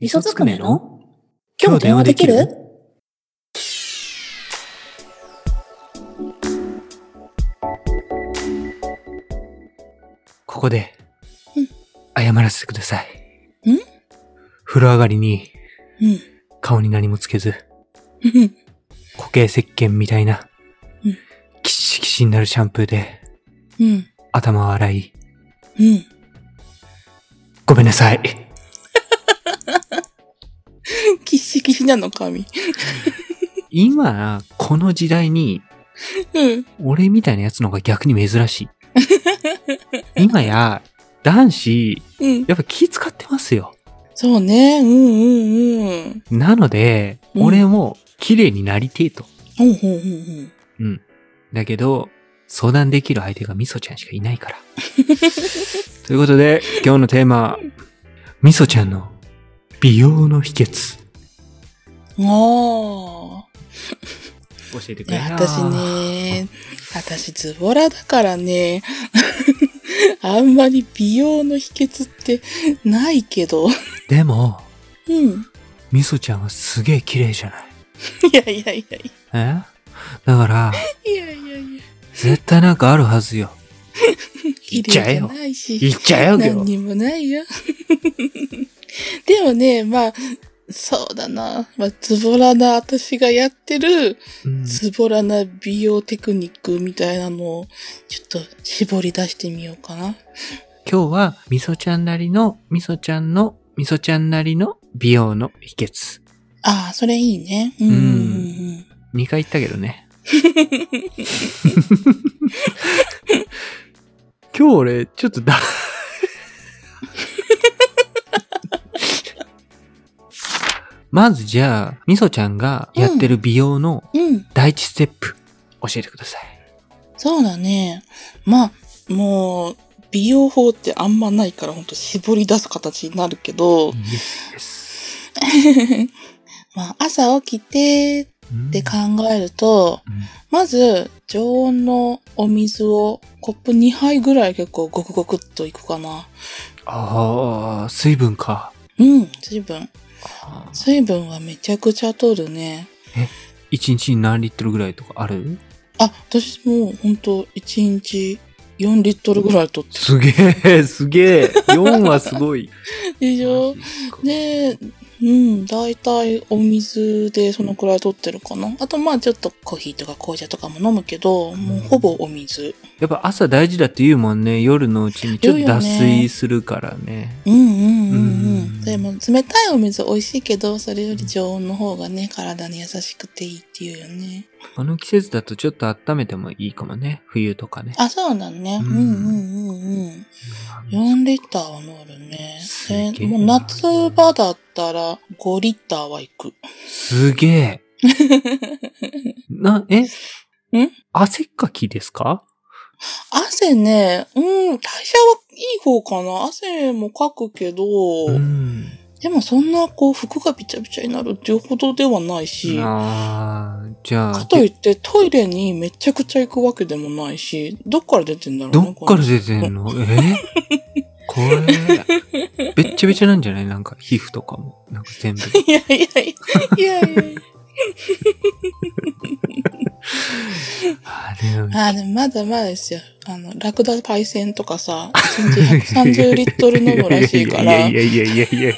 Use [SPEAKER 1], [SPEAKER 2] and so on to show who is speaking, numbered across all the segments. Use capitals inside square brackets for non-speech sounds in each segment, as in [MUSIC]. [SPEAKER 1] 味噌つくねの今日電話できる
[SPEAKER 2] ここで
[SPEAKER 1] うん、
[SPEAKER 2] 謝らせてください。
[SPEAKER 1] ん
[SPEAKER 2] 風呂上がりに
[SPEAKER 1] うん。
[SPEAKER 2] 顔に何もつけず、
[SPEAKER 1] うん
[SPEAKER 2] 固形石鹸みたいな
[SPEAKER 1] うん、
[SPEAKER 2] キッシキシになるシャンプーで
[SPEAKER 1] うん。
[SPEAKER 2] 頭を洗い、
[SPEAKER 1] うん。
[SPEAKER 2] ごめんなさい。
[SPEAKER 1] キッシキシなの、髪。
[SPEAKER 2] 今、この時代に、
[SPEAKER 1] うん。
[SPEAKER 2] 俺みたいなやつの方が逆に珍 [LAUGHS] しい。今や、男子、
[SPEAKER 1] うん。
[SPEAKER 2] やっぱ気使ってますよ。
[SPEAKER 1] そうね。うんうんうん。
[SPEAKER 2] なので、
[SPEAKER 1] うん
[SPEAKER 2] 俺も綺麗になりてえと。
[SPEAKER 1] ほうほうほうほう。
[SPEAKER 2] だけど、相談できる相手がみそちゃんしかいない [LAUGHS] から。ということで、今日のテーマ、みそちゃんの美容の秘訣。
[SPEAKER 1] あ
[SPEAKER 2] 教えてく
[SPEAKER 1] あ。い
[SPEAKER 2] れ
[SPEAKER 1] や、私。ね、私ズボラだからね、あんまり美容の秘訣ってないけど。
[SPEAKER 2] でも、
[SPEAKER 1] うん。
[SPEAKER 2] みそちゃんはすげえ綺麗じゃない。
[SPEAKER 1] いやいやいやい
[SPEAKER 2] えだから、
[SPEAKER 1] や。いやいやいや。
[SPEAKER 2] 絶対なんかあるはずよ。
[SPEAKER 1] 綺
[SPEAKER 2] 言っちゃえ
[SPEAKER 1] 麗じゃ
[SPEAKER 2] よ。
[SPEAKER 1] ないし。
[SPEAKER 2] 言っちゃえよ、
[SPEAKER 1] 何
[SPEAKER 2] 今日。
[SPEAKER 1] にもないよ。 [LAUGHS] でもね、まあ、そうだな。まあ、ズボラな私がやってる、
[SPEAKER 2] うん
[SPEAKER 1] ズボラな美容テクニックみたいなのを、ちょっと絞り出してみようかな。
[SPEAKER 2] 今日は、みそちゃんなりの、みそちゃんの、みそちゃんなりの美容の秘訣。
[SPEAKER 1] ああ、それいいね。うんうんうん
[SPEAKER 2] 2回言ったけどね。今日俺、ちょっとだ、まずじゃあ、みそちゃんがやってる美容の
[SPEAKER 1] うん。うん。
[SPEAKER 2] 第一ステップ、教えてください。
[SPEAKER 1] そうだね。まあ、もう、美容法ってあんまないから、ほんと絞り出す形になるけど、 [LAUGHS]
[SPEAKER 2] イエスです。
[SPEAKER 1] まあ、朝起きてって考えると、
[SPEAKER 2] うん
[SPEAKER 1] まず、常温のお水をコップ2杯ぐらい結構ゴクゴクっといくかな。
[SPEAKER 2] ああ、水分か。
[SPEAKER 1] うん、水分。水分はめちゃくちゃ取るね。
[SPEAKER 2] 一日に何リットルぐらいとかある
[SPEAKER 1] あ、私もうほんと1日4リットルぐらい取って
[SPEAKER 2] すげえ、すげえ。4はす
[SPEAKER 1] [LAUGHS]
[SPEAKER 2] ごい。
[SPEAKER 1] るでしょで、うん、だいたいお水でそのくらい取ってるかな。あとまあちょっとコーヒーとか紅茶とかも飲むけど、もうほぼお水。
[SPEAKER 2] やっぱ朝大事だって言うもんね。夜のうちにちょっと脱水するからね。
[SPEAKER 1] うんうんうんう。
[SPEAKER 2] うんん
[SPEAKER 1] でも冷たいお水美味しいけど、それより常温の方がね、体に優しくていいっていうよね。
[SPEAKER 2] あの季節だとちょっと温めてもいいかもね。冬とかね。
[SPEAKER 1] あ、そうだね。う
[SPEAKER 2] うんん
[SPEAKER 1] うんうんうん。4リッターは飲るね。
[SPEAKER 2] すげえ
[SPEAKER 1] でもう夏場だったら5リッターは行く。
[SPEAKER 2] すげえ。
[SPEAKER 1] [LAUGHS]
[SPEAKER 2] な、え
[SPEAKER 1] ん
[SPEAKER 2] 汗っかきですか
[SPEAKER 1] 汗ね、うん、代謝はいい方かな。汗もかくけど、
[SPEAKER 2] うん。
[SPEAKER 1] でもそんなこう服がびちゃびちゃになるっていうほどではないし、
[SPEAKER 2] あーじゃあ
[SPEAKER 1] か、といってトイレにめちゃくちゃ行くわけでもないし、どっから出てんだろう
[SPEAKER 2] ど
[SPEAKER 1] ね。
[SPEAKER 2] っから
[SPEAKER 1] こ
[SPEAKER 2] 出てんのえこれ、べっちゃべちゃなんじゃないなんか皮膚とかも。なんか全部。
[SPEAKER 1] れいやいやいや、いやいやいや。
[SPEAKER 2] あーでも
[SPEAKER 1] あーでもまだまだですよ。あの、ラクダパイセンとかさ、1日130リットル飲むらしいから
[SPEAKER 2] い、やいやいやいやいや。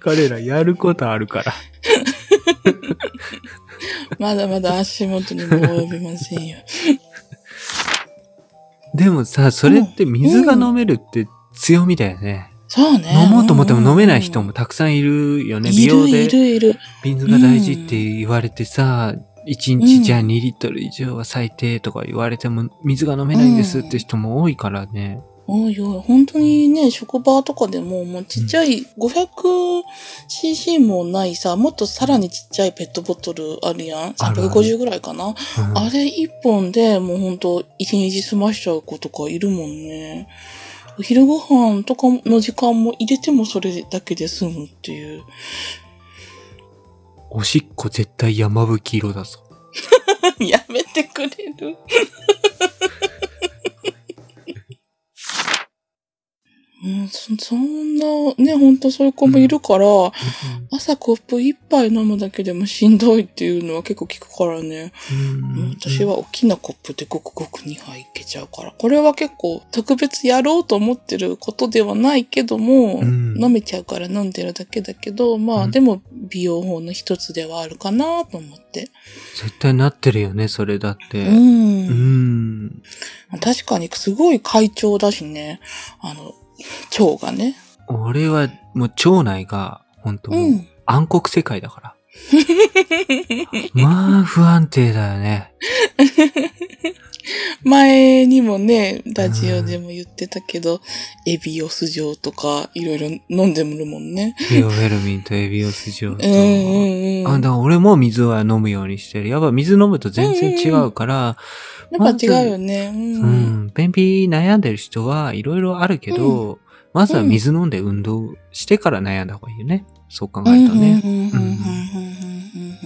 [SPEAKER 2] 彼らやることあるから。
[SPEAKER 1] まだまだ足元にも及びませんよ。
[SPEAKER 2] でもさ、それって水が飲めるって強みだよね。
[SPEAKER 1] そうね。
[SPEAKER 2] 飲もうと思っても飲めない人もたくさんいるよね。美
[SPEAKER 1] いる
[SPEAKER 2] 容
[SPEAKER 1] い
[SPEAKER 2] で
[SPEAKER 1] るいる。
[SPEAKER 2] 水が大事って言われてさ、1日じゃあ2リットル以上は最低とか言われても水が飲めないんですって人も多いからね。
[SPEAKER 1] おいおい、本当にね、職場とかでも、もうちっちゃい 500cc もないさ、もっとさらにちっちゃいペットボトルあるやん。
[SPEAKER 2] あるある
[SPEAKER 1] 350ぐらいかな。
[SPEAKER 2] うん
[SPEAKER 1] あれ一本でもうほんと一日済ましちゃう子とかいるもんね。お昼ご飯とかの時間も入れてもそれだけで済むっていう。
[SPEAKER 2] おしっこ絶対山吹色だぞ。
[SPEAKER 1] [LAUGHS] やめてくれる [LAUGHS] うん、そそんな、ね、ほんとそういう子もいるから、朝コップ一杯飲むだけでもしんどいっていうのは結構聞くからね。うん私は大きなコップでごくごく2杯いけちゃうから。これは結構特別やろうと思ってることではないけども、
[SPEAKER 2] うん
[SPEAKER 1] 飲めちゃうから飲んでるだけだけど、まあ、
[SPEAKER 2] うん
[SPEAKER 1] でも美容法の一つではあるかなと思って。
[SPEAKER 2] 絶対なってるよね、それだって。
[SPEAKER 1] うん。
[SPEAKER 2] うん。
[SPEAKER 1] 確かにすごい快調だしね。あの、腸がね。
[SPEAKER 2] 俺は、もう腸内が、本当、
[SPEAKER 1] うん。
[SPEAKER 2] 暗黒世界だ
[SPEAKER 1] [LAUGHS]
[SPEAKER 2] から。まあ、不安定だよね。
[SPEAKER 1] 前にもね、ラジオでも言ってたけど、エビオス状とかいろいろ飲んでもるもんね。
[SPEAKER 2] ビオフェルミンとエビオス状と。
[SPEAKER 1] うんうんうん。
[SPEAKER 2] あだから俺も水は飲むようにしてる。やっぱ水飲むと全然違うから、
[SPEAKER 1] やっぱ違うよね。うん
[SPEAKER 2] う。ん、便秘悩んでる人はいろいろあるけど、まずは水飲んで運動してから悩んだ方がいいよね。そう考えるとね。
[SPEAKER 1] うんうんうんうんうんうんうんうん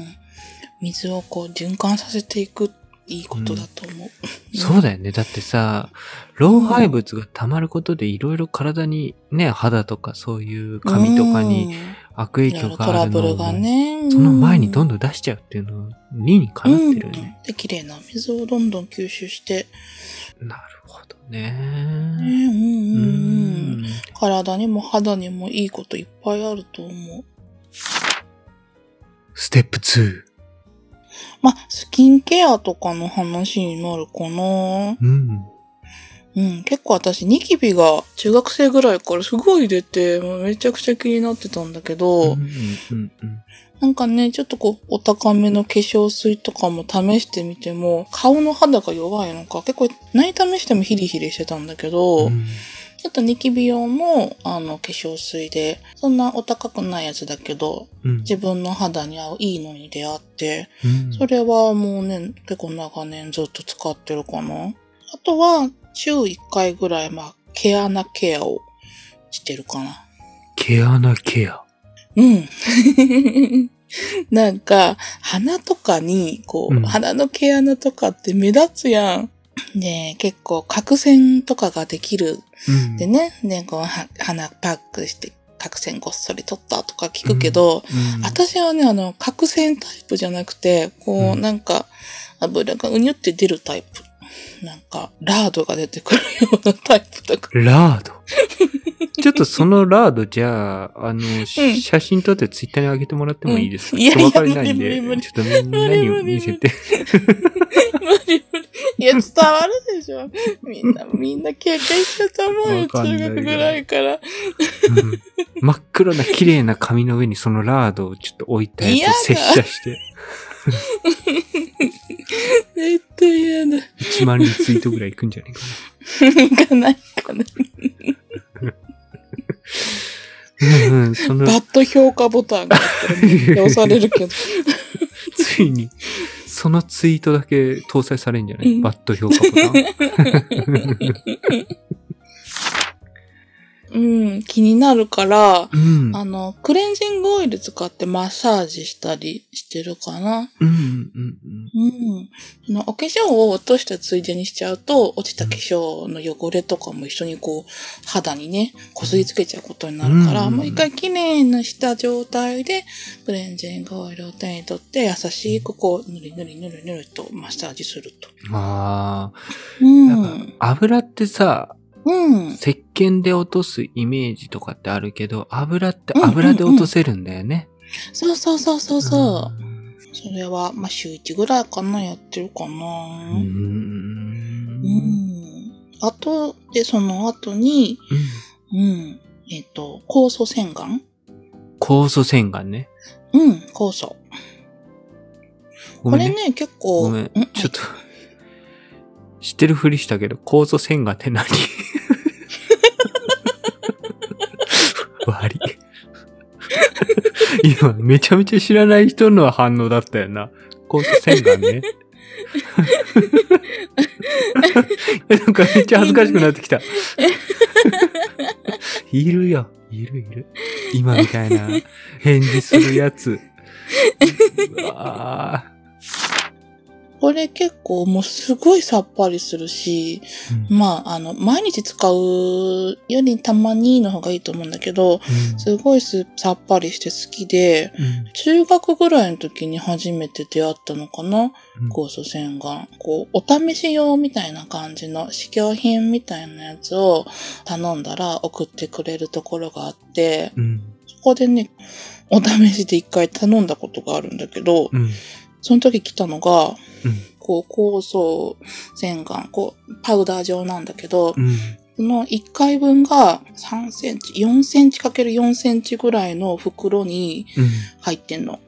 [SPEAKER 1] 水をこう循環させていく、いいことだと思う。
[SPEAKER 2] そうだよね。だってさ、老廃物が溜まることでいろいろ体にね、肌とかそういう髪とかに悪
[SPEAKER 1] うん、
[SPEAKER 2] 影
[SPEAKER 1] いろい
[SPEAKER 2] 響
[SPEAKER 1] ろ
[SPEAKER 2] が
[SPEAKER 1] ト
[SPEAKER 2] あ
[SPEAKER 1] ラ
[SPEAKER 2] る
[SPEAKER 1] ブ
[SPEAKER 2] の
[SPEAKER 1] ル
[SPEAKER 2] を
[SPEAKER 1] がね。
[SPEAKER 2] その前にどん
[SPEAKER 1] どん
[SPEAKER 2] どん出しちゃうっていうのは理にかなってるよね。
[SPEAKER 1] うんで、綺麗な水をどんどん吸収して、
[SPEAKER 2] なるほどね。
[SPEAKER 1] ねうんうんうん
[SPEAKER 2] うん
[SPEAKER 1] 体にも肌にもいいこといっぱいあると思う。
[SPEAKER 2] ステップ2。
[SPEAKER 1] まあ、スキンケアとかの話になるかな。
[SPEAKER 2] うん。
[SPEAKER 1] うん、結構私、ニキビが中学生ぐらいからすごい出て、もうめちゃくちゃ気になってたんだけど、
[SPEAKER 2] うんうんうん
[SPEAKER 1] なんかね、ちょっとこう、お高めの化粧水とかも試してみても、顔の肌が弱いのか、結構何試してもヒリヒリしてたんだけど、
[SPEAKER 2] うん
[SPEAKER 1] ちょっとニキビ用の、あの、化粧水で、そんなお高くないやつだけど、
[SPEAKER 2] うん
[SPEAKER 1] 自分の肌に合ういいのに出会って、
[SPEAKER 2] うん
[SPEAKER 1] それはもうね、結構長年ずっと使ってるかな。あとは、週1回ぐらい、まあ、毛穴ケアをしてるかな。
[SPEAKER 2] 毛穴ケア。
[SPEAKER 1] うん。 [LAUGHS] なんか、鼻とかに、こう、
[SPEAKER 2] うん
[SPEAKER 1] 鼻の毛穴とかって目立つやん。で、結構、角栓とかができる。
[SPEAKER 2] うん
[SPEAKER 1] でね、ね、こう、は鼻パックして、角栓ごっそり取ったとか聞くけど、
[SPEAKER 2] うん
[SPEAKER 1] 私はね、あの、角栓タイプじゃなくて、こう、
[SPEAKER 2] うん
[SPEAKER 1] なんか、油がうにゅって出るタイプ。なんか、ラードが出てくるようなタイプだから。
[SPEAKER 2] ラー
[SPEAKER 1] [LAUGHS]
[SPEAKER 2] ド。ちょっとそのラードじゃあ、あの、写真撮ってツイッターに上げてもらってもいいですか、
[SPEAKER 1] うんいやいや
[SPEAKER 2] ちょっとわかりないん
[SPEAKER 1] 無
[SPEAKER 2] で、
[SPEAKER 1] 理無理
[SPEAKER 2] ちょっとみんなにも見せて。
[SPEAKER 1] 無理無理。いや、伝わるでしょ。みんな、みんな経験したと思うよ。
[SPEAKER 2] わかんな
[SPEAKER 1] 中
[SPEAKER 2] い
[SPEAKER 1] 学ぐらいから。
[SPEAKER 2] うん真っ黒な綺麗な髪の上にそのラードをちょっと置いたやつを
[SPEAKER 1] 嫌
[SPEAKER 2] 接
[SPEAKER 1] だ
[SPEAKER 2] 写して、
[SPEAKER 1] 絶対嫌だ。
[SPEAKER 2] 1万リツイートぐらいいくんじゃない
[SPEAKER 1] [LAUGHS]
[SPEAKER 2] か
[SPEAKER 1] 行かないかな。
[SPEAKER 2] な。うんうん、その
[SPEAKER 1] バ、ット評価ボタンがあった
[SPEAKER 2] [LAUGHS]
[SPEAKER 1] ら、めっちゃ押されるけど。
[SPEAKER 2] ついに、そのツイートだけ搭載されるんじゃない、
[SPEAKER 1] うん
[SPEAKER 2] バット評価ボタン。
[SPEAKER 1] うん、気になるから、 [LAUGHS]
[SPEAKER 2] うん。
[SPEAKER 1] あの、クレンジングオイル使ってマッサージしたりしてるかな。
[SPEAKER 2] うんうんうんうん。
[SPEAKER 1] うん。あのお化粧を落としたついでにしちゃうと、落ちた化粧の汚れとかも一緒にこう、肌にね、こすりつけちゃうことになるから、
[SPEAKER 2] うん
[SPEAKER 1] もう一回きれいにした状態で、クレンジングオイルを手に取って、優しくこう、ぬりぬりぬりぬりとマッサージすると。
[SPEAKER 2] あ
[SPEAKER 1] う
[SPEAKER 2] あ、
[SPEAKER 1] ん。
[SPEAKER 2] なんか油ってさ、
[SPEAKER 1] うん。
[SPEAKER 2] 石鹸で落とすイメージとかってあるけど、油って油で落とせるんだよね。
[SPEAKER 1] そうそうそうそうそう。
[SPEAKER 2] うん
[SPEAKER 1] それは、まあ、週1ぐらいかな、やってるか
[SPEAKER 2] う
[SPEAKER 1] な。
[SPEAKER 2] ーん。
[SPEAKER 1] う
[SPEAKER 2] うん
[SPEAKER 1] ん。あと、で、その後に、うん。えっ、と、酵素洗顔
[SPEAKER 2] 酵素洗顔ね。
[SPEAKER 1] うん、酵素。
[SPEAKER 2] ご
[SPEAKER 1] こ
[SPEAKER 2] め
[SPEAKER 1] れ
[SPEAKER 2] んね。
[SPEAKER 1] ね、結構。
[SPEAKER 2] ごめん。
[SPEAKER 1] う
[SPEAKER 2] ちょっと、知ってるふりしたけど、酵素洗顔って何悪い。今、めちゃめちゃ知らない人の反応だったよな。酵素洗顔ね。 [LAUGHS] なんかめっちゃ恥ずかしくなってきた。いるよ。いるいる。今みたいな返事するやつ。うわー
[SPEAKER 1] これ結構もうすごいさっぱりするし、
[SPEAKER 2] うん
[SPEAKER 1] まあ、あの、毎日使うよりたまにの方がいいと思うんだけど、すごいすさっぱりして好きで、
[SPEAKER 2] うん
[SPEAKER 1] 中学ぐらいの時に初めて出会ったのかな、
[SPEAKER 2] うん
[SPEAKER 1] 酵素洗顔。こう、お試し用みたいな感じの試供品みたいなやつを頼んだら送ってくれるところがあって、
[SPEAKER 2] うん
[SPEAKER 1] そこでね、お試しで一回頼んだことがあるんだけど、
[SPEAKER 2] うん
[SPEAKER 1] その時来たのが、
[SPEAKER 2] うん
[SPEAKER 1] こう、酵素洗顔、こう、パウダー状なんだけど、
[SPEAKER 2] うん
[SPEAKER 1] その1回分が3センチ、4センチかける4センチぐらいの袋に入ってんの、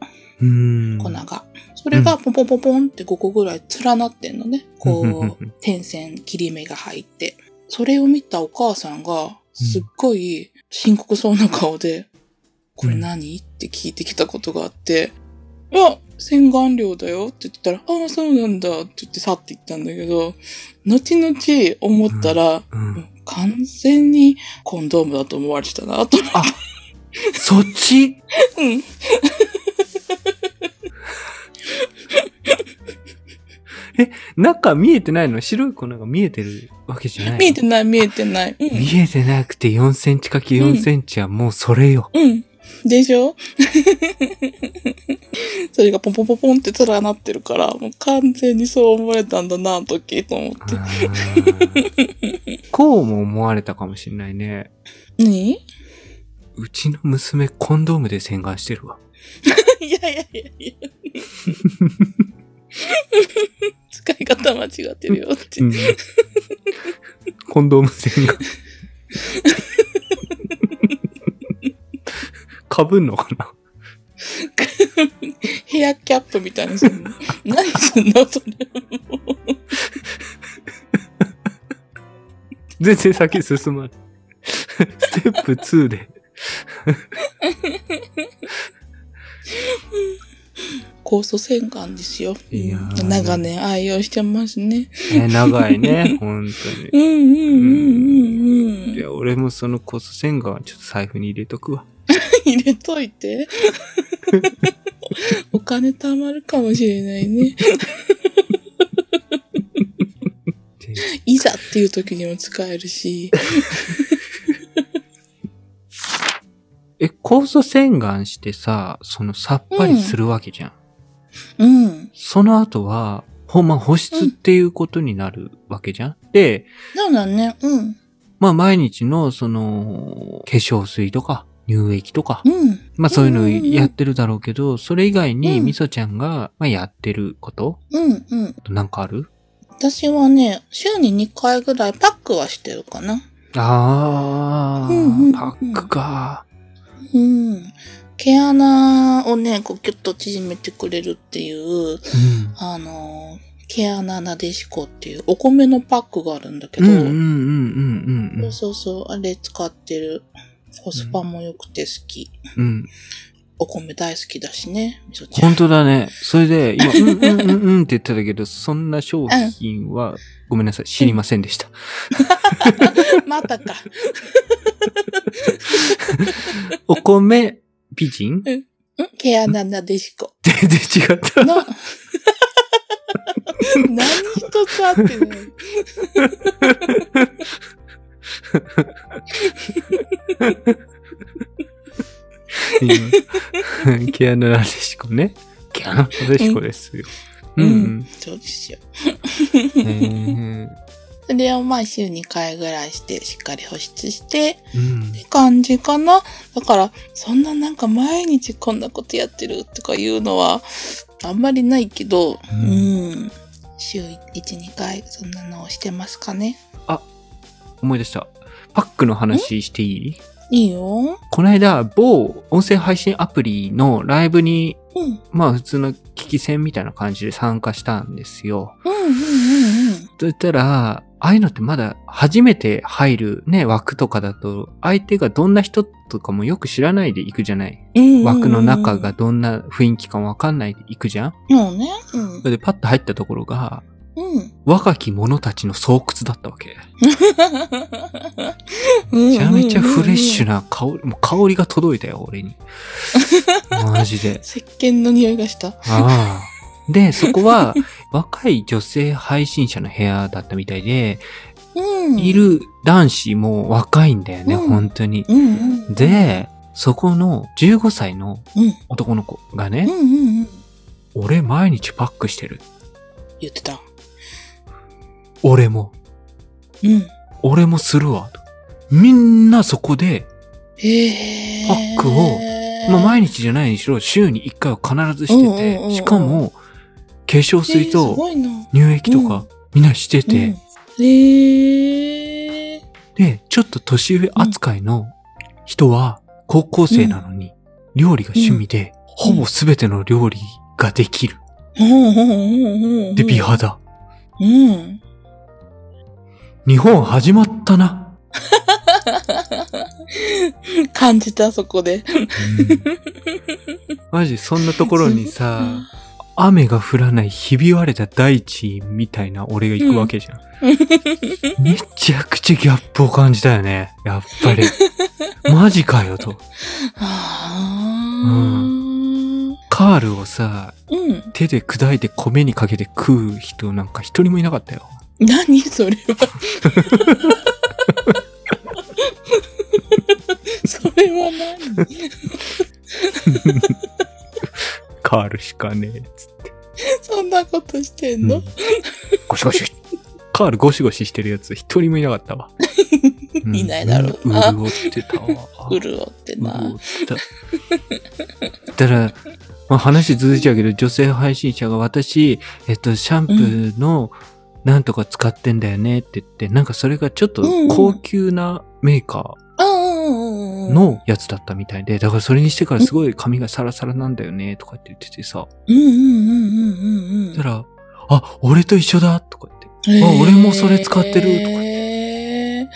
[SPEAKER 2] うん
[SPEAKER 1] 粉が。それがポンポンポンポンって5個ぐらい連なってんのね。こう、点線切り目が入って。それを見たお母さんが、すっごい深刻そうな顔で、これ何って聞いてきたことがあって、いや、洗顔料だよって言ったら、ああ、そうなんだって言って去っていったんだけど、後々思ったら、
[SPEAKER 2] うん
[SPEAKER 1] 完全にコンドームだと思われてたなと。
[SPEAKER 2] そっち
[SPEAKER 1] うん。
[SPEAKER 2] 中 [LAUGHS] 見えてないの白い粉が見えてるわけじゃないの
[SPEAKER 1] 見えてない見えてない。うん。
[SPEAKER 2] 見えてなくて4センチかけ4センチはもうそれ
[SPEAKER 1] [LAUGHS]
[SPEAKER 2] よ。
[SPEAKER 1] うん。でしょ [LAUGHS] それがポンポンポンポンって連なってるから、もう完全にそう思えたんだな、あの時、と思っ
[SPEAKER 2] あ
[SPEAKER 1] て。
[SPEAKER 2] ーこうも思われたかもしれないね。
[SPEAKER 1] 何 [LAUGHS] いう
[SPEAKER 2] ちの娘コンドームで洗顔してるわ。
[SPEAKER 1] やいやいやいや。 [LAUGHS] 使い方間違ってるよって。
[SPEAKER 2] うんコンドーム洗顔。かぶんのかな
[SPEAKER 1] ヘアキャップみたいにす [LAUGHS] るの。何すんのそれ。
[SPEAKER 2] 全然先進まない。ステップ2で。
[SPEAKER 1] 酵素洗顔ですよ。
[SPEAKER 2] いやー
[SPEAKER 1] うん長年愛用してますね。
[SPEAKER 2] ね長い [LAUGHS] ね、本当に。
[SPEAKER 1] うんうんうんうんうん
[SPEAKER 2] い。や、俺もそのコス洗顔はちょっと財布に入れとくわ。
[SPEAKER 1] 入れとい [LAUGHS] て。お金貯まるかもしれないね。
[SPEAKER 2] って
[SPEAKER 1] いざっていう時にも使えるし。
[SPEAKER 2] え、酵素洗顔してさ、そのさっぱりするわけじゃん。
[SPEAKER 1] うん。
[SPEAKER 2] その後は、ほ、まあ、保湿っていうことになるわけじゃん。で、
[SPEAKER 1] そうだね。うん。
[SPEAKER 2] まあ、毎日の、その、化粧水とか、乳液とか
[SPEAKER 1] う、ん。
[SPEAKER 2] まあ、そういう
[SPEAKER 1] う
[SPEAKER 2] の
[SPEAKER 1] んうんうん
[SPEAKER 2] やってるだろうけど、それ以外に、
[SPEAKER 1] うん
[SPEAKER 2] みそちゃんが、まあ、やってること
[SPEAKER 1] うん。うん。
[SPEAKER 2] なんかある
[SPEAKER 1] 私はね、週に2回ぐらいパックはしてるかな。
[SPEAKER 2] あー、
[SPEAKER 1] うんうんうん
[SPEAKER 2] パックか。
[SPEAKER 1] うん。毛穴をね、こうギュッと縮めてくれるっていう、
[SPEAKER 2] うん。
[SPEAKER 1] あのー毛穴なでしこっていうお米のパックがあるんだけ
[SPEAKER 2] う
[SPEAKER 1] ど、
[SPEAKER 2] んうんうんうんうん
[SPEAKER 1] そうそうそう、あれ使ってる。コスパも良くて好き。
[SPEAKER 2] うん。うん。
[SPEAKER 1] お米大好きだしね、みそちゃん。
[SPEAKER 2] 本当だね。それで、今、うんうんうんうんって言ってたけど、そんな商品は、ごめんなさい、知りませんでした。
[SPEAKER 1] [LAUGHS] またか。
[SPEAKER 2] お米美人 [LAUGHS] っ
[SPEAKER 1] ん毛穴なでしこ。
[SPEAKER 2] て全然違った。 [LAUGHS]
[SPEAKER 1] の。何一つあってない。
[SPEAKER 2] 今毛穴なでしこね。毛穴なでしこですよ。うんうん。
[SPEAKER 1] そうですよ。
[SPEAKER 2] へー
[SPEAKER 1] それをまあ週2回ぐらいして、しっかり保湿して、
[SPEAKER 2] うん
[SPEAKER 1] って感じかな。だから、そんななんか毎日こんなことやってるとかいうのは、あんまりないけど、
[SPEAKER 2] う
[SPEAKER 1] うんん。週1、2回、そんなのをしてますかね。
[SPEAKER 2] 思い出した。パックの話していい
[SPEAKER 1] いいよ。
[SPEAKER 2] この間、某音声配信アプリのライブに、
[SPEAKER 1] うん。うん
[SPEAKER 2] まあ普通の聞き戦みたいな感じで参加したんですよ。
[SPEAKER 1] うんうんうん。
[SPEAKER 2] と言ったら、ああいうのってまだ初めて入るね、枠とかだと、相手がどんな人とかもよく知らないで行くじゃない。枠の中が。どんな雰囲気かもわかんないで行くじゃん。
[SPEAKER 1] そうね。うん
[SPEAKER 2] そ。れでパッと入ったところが、
[SPEAKER 1] うん。
[SPEAKER 2] 若き者たちの巣窟だったわけ。
[SPEAKER 1] め
[SPEAKER 2] めちゃめちゃフレッシュな香り、もう香りが届いたよ、
[SPEAKER 1] [LAUGHS]
[SPEAKER 2] 俺に。マジで。
[SPEAKER 1] 石鹸の匂いがした。
[SPEAKER 2] ああ。で、そこは、若い女性配信者の部屋だったみたいで、
[SPEAKER 1] うん。
[SPEAKER 2] い。る男子も若いんだよね、
[SPEAKER 1] うん
[SPEAKER 2] 本当に。
[SPEAKER 1] うんうん。
[SPEAKER 2] で、そこの15歳の
[SPEAKER 1] うん。
[SPEAKER 2] 男の子が
[SPEAKER 1] うん
[SPEAKER 2] ね、
[SPEAKER 1] うんうん。
[SPEAKER 2] 俺毎日パックしてる。
[SPEAKER 1] 言ってた。
[SPEAKER 2] 俺も。
[SPEAKER 1] うん。
[SPEAKER 2] 俺もするわ。とみんなそこで、
[SPEAKER 1] へえ。
[SPEAKER 2] パックを、まあ、毎日じゃないにしろ、週に1回は必ずしてて、
[SPEAKER 1] うんうんうんうん
[SPEAKER 2] しかも、化粧水
[SPEAKER 1] へーす
[SPEAKER 2] と
[SPEAKER 1] ごいな。
[SPEAKER 2] 乳液とか、みんなしてて、
[SPEAKER 1] うん。へえ。
[SPEAKER 2] で、ちょっと年上扱いの人は、高校生なのに、料理が趣味で、
[SPEAKER 1] うん
[SPEAKER 2] ほぼ全ての料理ができる。
[SPEAKER 1] うんうんうんうんうん。
[SPEAKER 2] で、美。肌。
[SPEAKER 1] うん。
[SPEAKER 2] 日本始まったな。
[SPEAKER 1] 感じた、そこで。
[SPEAKER 2] マジ、そんなところにさ、雨が降らないひび割れた大地みたいな俺が行くわけじゃん。めちゃくちゃギャップを感じたよね。やっぱ [LAUGHS] り。マジかよと。
[SPEAKER 1] あー
[SPEAKER 2] カールをさ、
[SPEAKER 1] うん。
[SPEAKER 2] 手で砕いて米にかけて食う人なんか一人もいなかったよ。
[SPEAKER 1] 何それは。 [LAUGHS] それは何
[SPEAKER 2] カールしかねえ。つって
[SPEAKER 1] そんなことしてん
[SPEAKER 2] う
[SPEAKER 1] の、
[SPEAKER 2] んゴシゴシ。カールゴシゴシしてるやつ一人もいなか [LAUGHS] ったわ。うん
[SPEAKER 1] いないだろう
[SPEAKER 2] う
[SPEAKER 1] なん
[SPEAKER 2] 潤ってたわ。 [LAUGHS]
[SPEAKER 1] うるおってな。
[SPEAKER 2] 潤った。だから、まあ、話続いちゃうけど、女性配信者が私、えっと、シャンプーのなんとか使ってんだよねって言って、なんかそれがちょっと高級なメーカー。
[SPEAKER 1] ああ、
[SPEAKER 2] のやつだったみたいで、だからそれにしてからすごい髪がサラサラなんだよね、とかって言っててさ、
[SPEAKER 1] うんうんうんうんうんう
[SPEAKER 2] そ
[SPEAKER 1] ん。
[SPEAKER 2] したら、あ、俺と一緒だ、とか言って、
[SPEAKER 1] へー
[SPEAKER 2] 俺もそれ使ってるとか
[SPEAKER 1] へー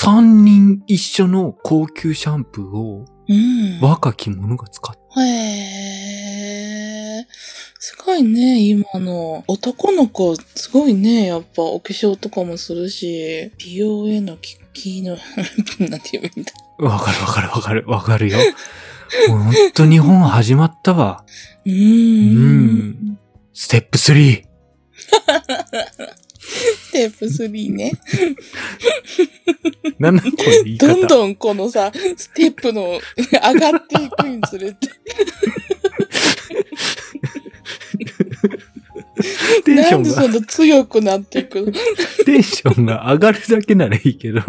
[SPEAKER 2] 3人一緒の高級シャンプーを
[SPEAKER 1] うん。
[SPEAKER 2] 若き者が使って、
[SPEAKER 1] へーすごいね、今の。男の子、すごいね、やっぱ、お化粧とかもするし、美容へのき、きの、 [LAUGHS] なんて言うんだ。
[SPEAKER 2] わかるわかるわかる、わかるよ。もうほんと日本始まったわ。
[SPEAKER 1] う
[SPEAKER 2] う
[SPEAKER 1] ーん。
[SPEAKER 2] ん。ステップ 3!
[SPEAKER 1] ステップ3ね。
[SPEAKER 2] なんなんこの言い方。
[SPEAKER 1] どんどんこのさ、ステップの上がっていくにつれて、
[SPEAKER 2] テンシ
[SPEAKER 1] な
[SPEAKER 2] ョ
[SPEAKER 1] ん
[SPEAKER 2] ン
[SPEAKER 1] でそ
[SPEAKER 2] が、
[SPEAKER 1] の強くなっていくの
[SPEAKER 2] テンションが上がるだけならいいけど、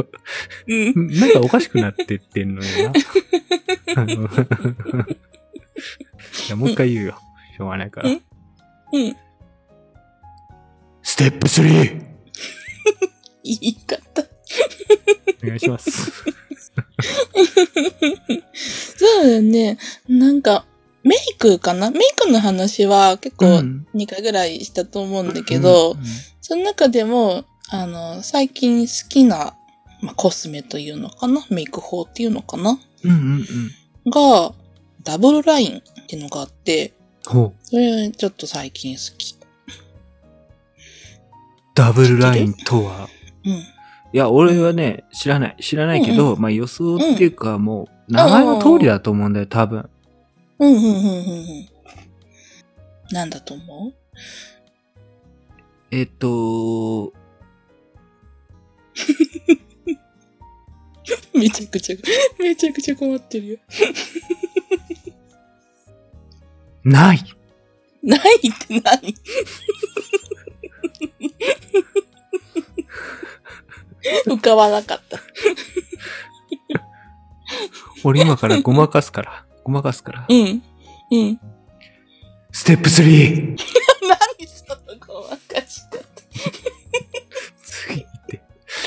[SPEAKER 1] うん。
[SPEAKER 2] なんかおかしくなってってんのよな。あのいやもう一回言うよ。しょうがないから
[SPEAKER 1] うん。うん。
[SPEAKER 2] ステップ 3!
[SPEAKER 1] 言い方。
[SPEAKER 2] お願いします。
[SPEAKER 1] そうだよね。なんか、メイクかなメイクの話は結構2回ぐらいしたと思うんだけど、
[SPEAKER 2] うん
[SPEAKER 1] その中でも、あの、最近好きな、まあ、コスメというのかなメイク法っていうのかな
[SPEAKER 2] うんうんうん。
[SPEAKER 1] が、ダブルラインっていうのがあって、
[SPEAKER 2] ほう。
[SPEAKER 1] それちょっと最近好き。
[SPEAKER 2] ダブルラインとは。
[SPEAKER 1] うん。
[SPEAKER 2] いや、俺はね、知らない。知らないけど、まあ予想っていうか、もう、名前の通りだと思うんだよ、多分。
[SPEAKER 1] うん、うん、うん、うんうん。なんだと思う
[SPEAKER 2] えっと、
[SPEAKER 1] めちゃくちゃ、めちゃくちゃ困ってるよ。
[SPEAKER 2] ない
[SPEAKER 1] ないって何浮かばなかった。
[SPEAKER 2] 俺今
[SPEAKER 1] [LAUGHS]
[SPEAKER 2] からごまかすから。ごまかすから
[SPEAKER 1] う。 [LAUGHS] ん。うん。
[SPEAKER 2] ステップ 3!
[SPEAKER 1] 何そのごまかし方。
[SPEAKER 2] 次行って、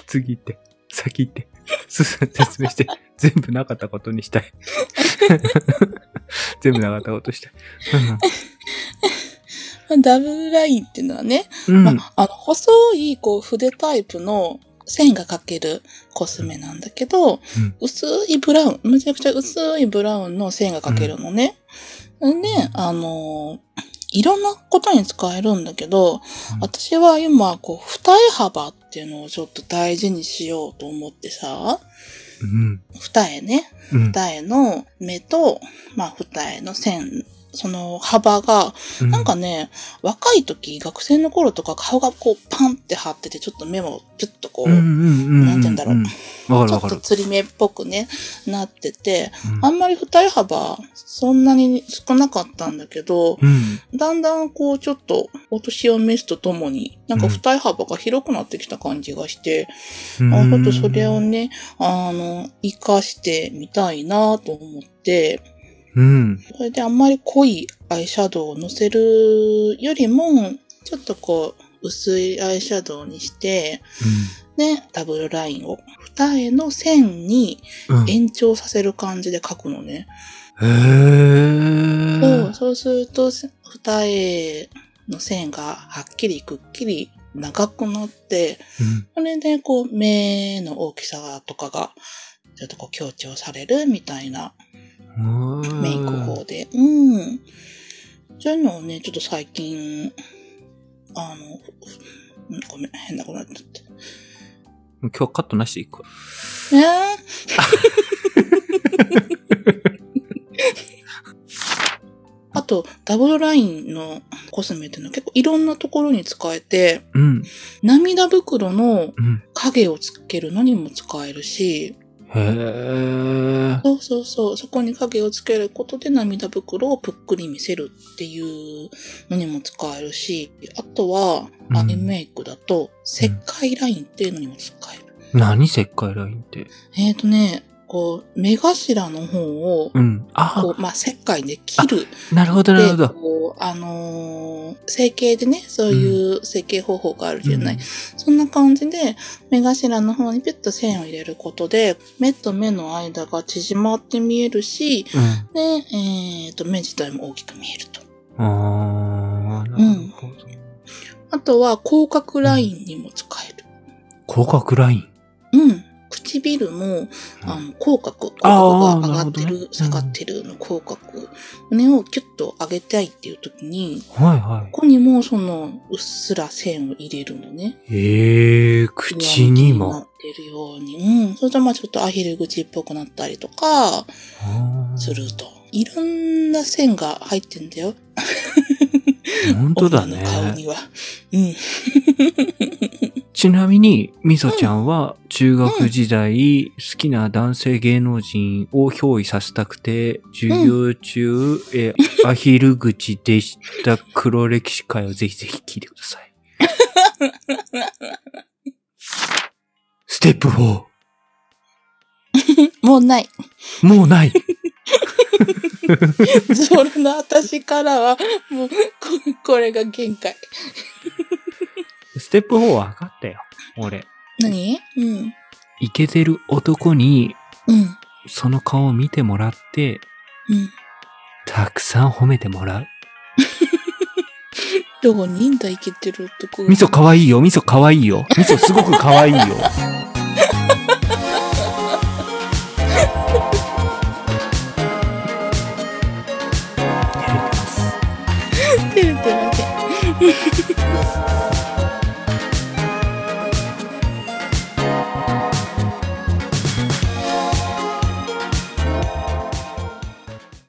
[SPEAKER 2] 次行って、先行って、す説明して、全部なかったことにした
[SPEAKER 1] [LAUGHS]
[SPEAKER 2] い。全部なかったことしたい。
[SPEAKER 1] まあダブルラインっていうのはね、
[SPEAKER 2] うん。うん
[SPEAKER 1] まあ、あの細いこう筆タイプの線が描けるコスメなんだけど、
[SPEAKER 2] うん
[SPEAKER 1] 薄いブラウン、むちゃくちゃ薄いブラウンの線が描けるのね。で、あのーいろんなことに使えるんだけど、私は今、こう、二重幅っていうのをちょっと大事にしようと思ってさ、
[SPEAKER 2] うん。
[SPEAKER 1] 二重ね。
[SPEAKER 2] うん。
[SPEAKER 1] 二重の目と、まあ、二重の線その幅が、
[SPEAKER 2] う
[SPEAKER 1] なんかね、若い時、学生の頃とか顔がこうパンって張ってて、ちょっと目もピュッとこう、
[SPEAKER 2] うんうんうんうん、
[SPEAKER 1] なんて言うんだろう
[SPEAKER 2] わか
[SPEAKER 1] ちょ
[SPEAKER 2] る
[SPEAKER 1] っ
[SPEAKER 2] わか
[SPEAKER 1] と
[SPEAKER 2] る。
[SPEAKER 1] 釣り目っぽくね、なってて、
[SPEAKER 2] うん
[SPEAKER 1] あんまり二重幅、そんなに少なかったんだけど、
[SPEAKER 2] うん。
[SPEAKER 1] だんだんこうちょっとお年を召すとともに、なんか二重幅が広くなってきた感じがして、あ
[SPEAKER 2] うん
[SPEAKER 1] ほんとそれをね、あの、活かしてみたいなと思って、
[SPEAKER 2] うん。
[SPEAKER 1] それであんまり濃いアイシャドウをのせるよりも、ちょっとこう、薄いアイシャドウにして、ね、ダブルラインを二重の線に
[SPEAKER 2] うん。
[SPEAKER 1] 延長させる感じで描くのね。
[SPEAKER 2] へぇ
[SPEAKER 1] そうそうすると、せ二重の線がはっきりくっきり長くなって、それでこう、目の大きさとかが、ちょっとこう強調されるみたいなメイク法で。うん。そういうのをね、ちょっと最近、あの、うんごめん、変なことになっちゃって。
[SPEAKER 2] 今日カットなしでいくか。
[SPEAKER 1] えー、 [LAUGHS] あと、ダブルラインのコスメっていうのは結構いろんなところに使えて、
[SPEAKER 2] うん。
[SPEAKER 1] 涙袋の
[SPEAKER 2] うん。
[SPEAKER 1] 影をつけるのにも使えるし、
[SPEAKER 2] へぇ
[SPEAKER 1] そうそうそう、そこに影をつけることで涙袋をぷっくり見せるっていうのにも使えるし、あとは、
[SPEAKER 2] うん
[SPEAKER 1] アイメイクだと、石灰ラインっていうのにも使える。
[SPEAKER 2] 何石灰ラインって。
[SPEAKER 1] えっ、ー、とね、こう、目頭の方を、
[SPEAKER 2] うん。あ、
[SPEAKER 1] こう、まあ、石灰で切る。
[SPEAKER 2] なるほど、なるほ
[SPEAKER 1] で、
[SPEAKER 2] ど。
[SPEAKER 1] こう、あのー整形でね、そういう整形方法があるじゃない。そんな感じで、目頭の方にピュッと線を入れることで、目と目の間が縮まって見えるし、
[SPEAKER 2] うん。
[SPEAKER 1] で、えっ、と、目自体も大きく見えると。
[SPEAKER 2] あー、なるほど。
[SPEAKER 1] あとは、広角ラインにも使える。
[SPEAKER 2] 広角ライン。
[SPEAKER 1] うん。唇も、あの、口角、口
[SPEAKER 2] あー
[SPEAKER 1] 角が上がって
[SPEAKER 2] なる
[SPEAKER 1] る、
[SPEAKER 2] ほどね
[SPEAKER 1] 下がってるの口角、胸をキュッと上げたいっていう時に、
[SPEAKER 2] はいは
[SPEAKER 1] ここにもそのうっすら線を入れるのね。
[SPEAKER 2] い。えー、口に
[SPEAKER 1] 上向きな
[SPEAKER 2] も。
[SPEAKER 1] ってるように。うん。それとまあちょっとアヒル口っぽくなったりとか
[SPEAKER 2] あー
[SPEAKER 1] すると。いろんな線が入ってんだよ。
[SPEAKER 2] 本当だ
[SPEAKER 1] 女の顔
[SPEAKER 2] ね。
[SPEAKER 1] には。うん。
[SPEAKER 2] ちなみに、みそちゃんは中学時代、好きな男性芸能人を憑依させたくて、授業中、えーアヒル口でした黒歴史会をぜひぜひ聞いてくださ [LAUGHS] い。ステップ 4!
[SPEAKER 1] もうない。
[SPEAKER 2] もうない
[SPEAKER 1] そんな私からは、もう、ここれが限界。
[SPEAKER 2] [LAUGHS] ステップ4は分かったよ。俺。
[SPEAKER 1] 何うん。
[SPEAKER 2] イケてる男に、
[SPEAKER 1] うん。
[SPEAKER 2] その顔を見てもらって、
[SPEAKER 1] うん。
[SPEAKER 2] たくさん褒めてもらう。
[SPEAKER 1] どこにいんだ、イ [LAUGHS] ケてる男が
[SPEAKER 2] 味噌かわいいよ、味噌かわいいよ。味噌すごくかわいいよ。
[SPEAKER 1] 照れてるだけ。